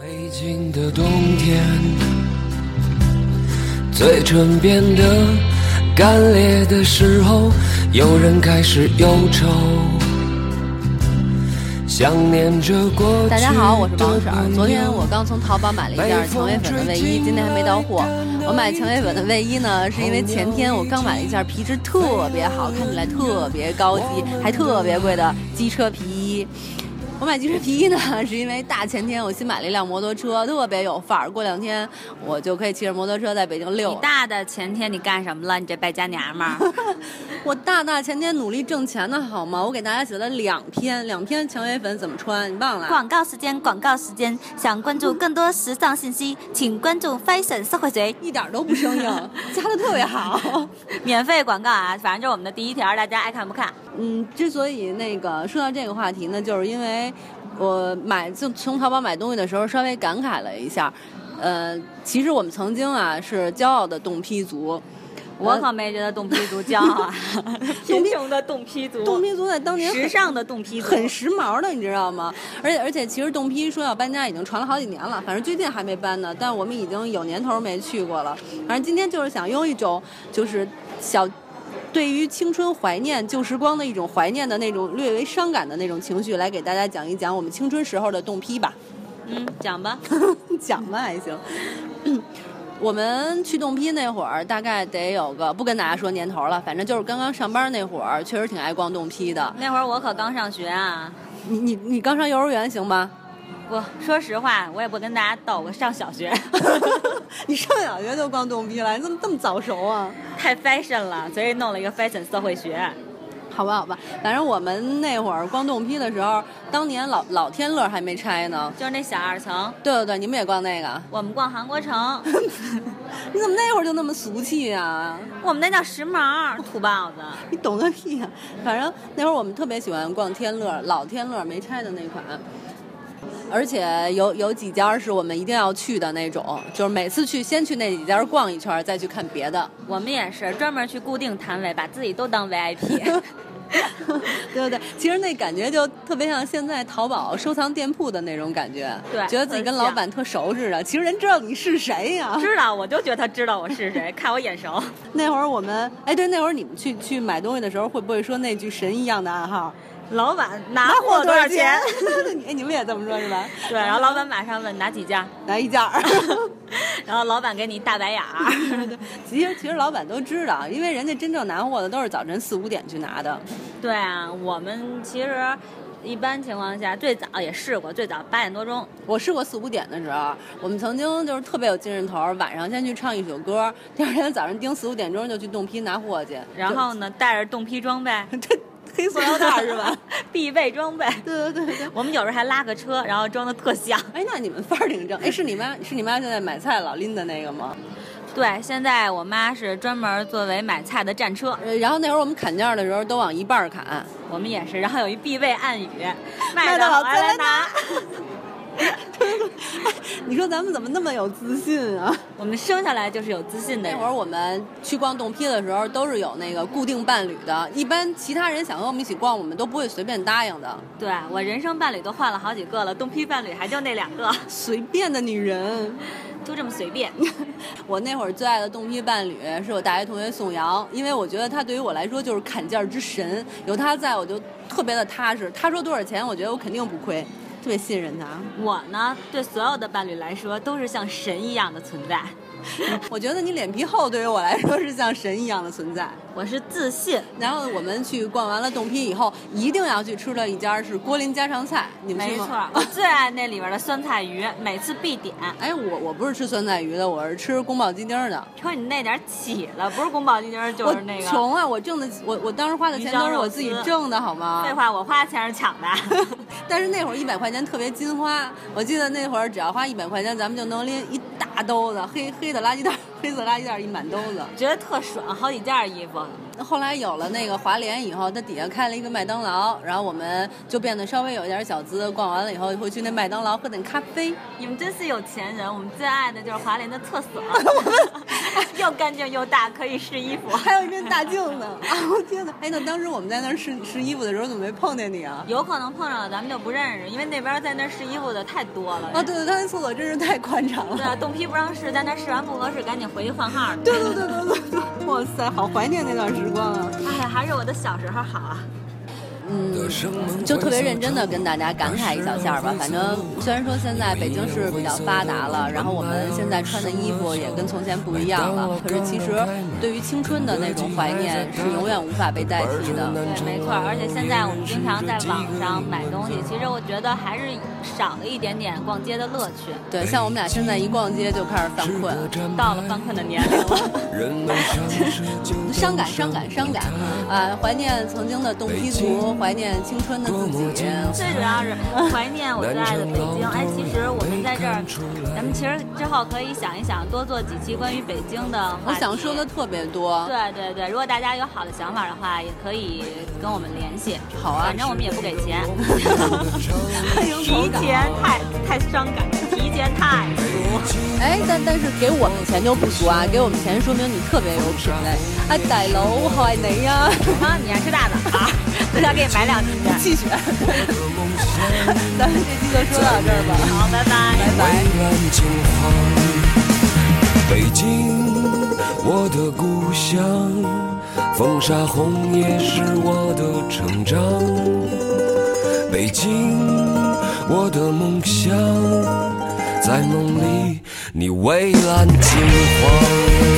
寂静的冬天，嘴唇变得干裂的时候，有人开始忧愁，想念着过去。大家好，我是王婶儿。昨天我刚从淘宝买了一件蔷薇粉的卫衣，今天还没到货。我买蔷薇粉的卫衣呢，是因为前天我刚买了一件皮质特别好，看起来特别高级，还特别贵的机车皮衣。我买机车皮衣呢，是因为大前天我新买了一辆摩托车，特别有范儿。过两天我就可以骑着摩托车在北京溜你。大的前天你干什么了？你这败家娘们 儿！我大大前天努力挣钱的好吗？我给大家写了两篇，两篇蔷薇粉怎么穿，你忘了 啊？广告时间，广告时间！想关注更多时尚信息，请关注 Fashion 社会学一点儿都不生硬，加的特别好。免费广告啊！反正就是我们的第一条，大家爱看不看。嗯，之所以那个说到这个话题呢，就是因为我买就从淘宝买东西的时候稍微感慨了一下。呃，其实我们曾经啊是骄傲的冻批族，呃我可没觉得冻批族骄 傲啊，贫穷的冻批族，冻批族在当年很时尚的冻批族，很时髦的，你知道吗？而且而且，其实冻批说要搬家已经传了好几年了，反正最近还没搬呢，但我们已经有年头没去过了。反正今天就是想用一种就是小。对于青春怀念、旧时光的一种怀念的那种略微伤感的那种情绪，来给大家讲一讲我们青春时候的冻批吧。 嗯，讲吧。讲吧还行。 我们去冻批那会儿，大概得有个不跟大家说年头了，反正就是刚刚上班那会儿，确实挺爱逛冻批的。那会儿我可刚上学啊，你你你刚上幼儿园行吗？不说实话，我也不跟大家斗，我上小学， 你上小学就逛冻批了，你怎么这么早熟啊？太 fashion 了，所以弄了一个 fashion 社会学。好吧好吧，反正我们那会儿逛冻批的时候，当年老老天乐还没拆呢。就是那小二层，对对对，你们也逛那个？ 我们逛韩国城，你怎么那会儿就那么俗气啊？我们那叫时髦，土包子。你懂个屁啊！反正那会儿我们特别喜欢逛天乐，老天乐没拆的那款，而且有有几家是我们一定要去的那种，就是每次去先去那几家逛一圈，再去看别的。我们也是专门去固定摊位，把自己都当 VIP。 对对对，其实那感觉就特别像现在淘宝收藏店铺的那种感觉，对觉得自己跟老板特熟似的，其实人知道你是谁呀、知道，我就觉得他知道我是谁，看我眼熟。那会儿我们，哎，对，那会儿你们去去买东西的时候，会不会说那句神一样的暗号？老板拿货多 少钱？？哎，你们也这么说是吧？对，然后老板马上问拿几件，来一件儿。 然后老板给你大白眼儿。 其实其实老板都知道，因为人家真正拿货的都是早晨四五点去拿的。对啊，我们其实一般情况下最早也试过，最早八点多钟，我试过四五点的时候，我们曾经就是特别有精神头儿，晚上先去唱一首歌，第二天早上盯四五点钟就去冻批拿货去，然后呢带着冻批装备，这黑塑料袋 儿是吧？？ 必备装备。对对对对。我们有时候还拉个车，然后装的特像。哎，那你们范儿挺 正。哎，是你妈是你妈现在买菜老拎的那个吗？对，现在我妈是专门作为买菜的战车，呃然后那会儿我们砍价的时候都往一半儿砍，我们也是。然后有一必备暗语，卖卖得得好好自再来来拿。你说咱们怎么那么有自信啊？我们生下来就是有自信 的那人会。儿我们去逛冻批的时候，都是有那个固定伴侣的。一般其他人想和我们一起逛，我们都不会随便答应的。对我人生伴侣都换了好几个了，东批伴侣还就那两个，随便的女人，就这么随便。 我那会儿最爱的冻批伴侣是我大学同学宋阳，因为我觉得他对于我来说就是砍价之神，有他在我就特别的踏实。他说多少钱，我觉得我肯定不 亏，特别信任他。我呢，对所有的伴侣来说都是像神一样的存在，我觉得你脸皮厚，对于我来说是像神一样的存在。我是自信。然后我们去逛完了冻批以后，一定要去吃的一家是郭林家常菜，你们去没吗？错，我最爱那里边的酸菜鱼，每次必点。哎，我我不是吃酸菜鱼的，我是吃宫保鸡丁儿的。瞅你那点儿起了，不是宫保鸡丁儿就是那我个。穷啊！我挣的，我我当时花的钱都是我自己挣的，好吗？废话，我花钱是抢的。 但是那会儿一百块钱特别金花，我记得那会儿只要花一百块钱，咱们就能拎一大兜子黑黑的垃圾袋，黑色垃圾袋一满兜子。觉得特爽，好几件衣服。后来有了那个华联以后，它底下开了一个麦当劳，然后我们就变得稍微有一点小资。逛完了以后，会去那麦当劳喝点咖啡。你们真是有钱人，我们最爱的就是华联的厕 所， 又干净又大，可以试衣服。 还有一面大镜子， 啊，我天哪！哎，那当时我们在那儿试试衣服的时候，怎么没碰见你啊？有可能碰上了，咱们就不认识，因为那边在那儿试衣服的太多了。哦，对对，他那厕所真是太宽敞了。对啊，冻批不让试，在那试完不合适，赶紧回去换号。对对对对对对，哇塞，好怀念那段时光啊！哎呀，还是我的小时候好啊。嗯，就特别认真的跟大家感慨一小下吧。反正虽然说现在北京市比较发达了，然后我们现在穿的衣服也跟从前不一样了，可是其实对于青春的那种怀念是永远无法被代替的。对，没错。而且现在我们经常在网上买东西，其实我觉得还是少了一点点逛街的乐趣。对，像我们俩现在一逛街就开始犯困，到了犯困的年龄了。伤感，伤感，伤感啊！怀念曾经的冻批图。怀念青春的自己，最主要是怀念我最爱的北京。哎，其实我们在这儿，咱们其实之后可以想一想，多做几期关于北京的话我想说的特别多。对对对，如果大家有好的想法的话，也可以跟我们联系。好啊，反正我们也不给钱。提钱太太伤感，提 钱太俗。哎，但但是给我们钱就不俗啊，给我们钱说明你特别有品位。啊，大佬，我爱你啊呀！然后啊你爱吃大枣，我想给你买两斤 去。继续，咱们这期就说到这儿吧。好，拜拜，拜拜。北京，我的故乡，风沙红叶是我的成长。北京，我的梦想，在梦里你蔚蓝金黄。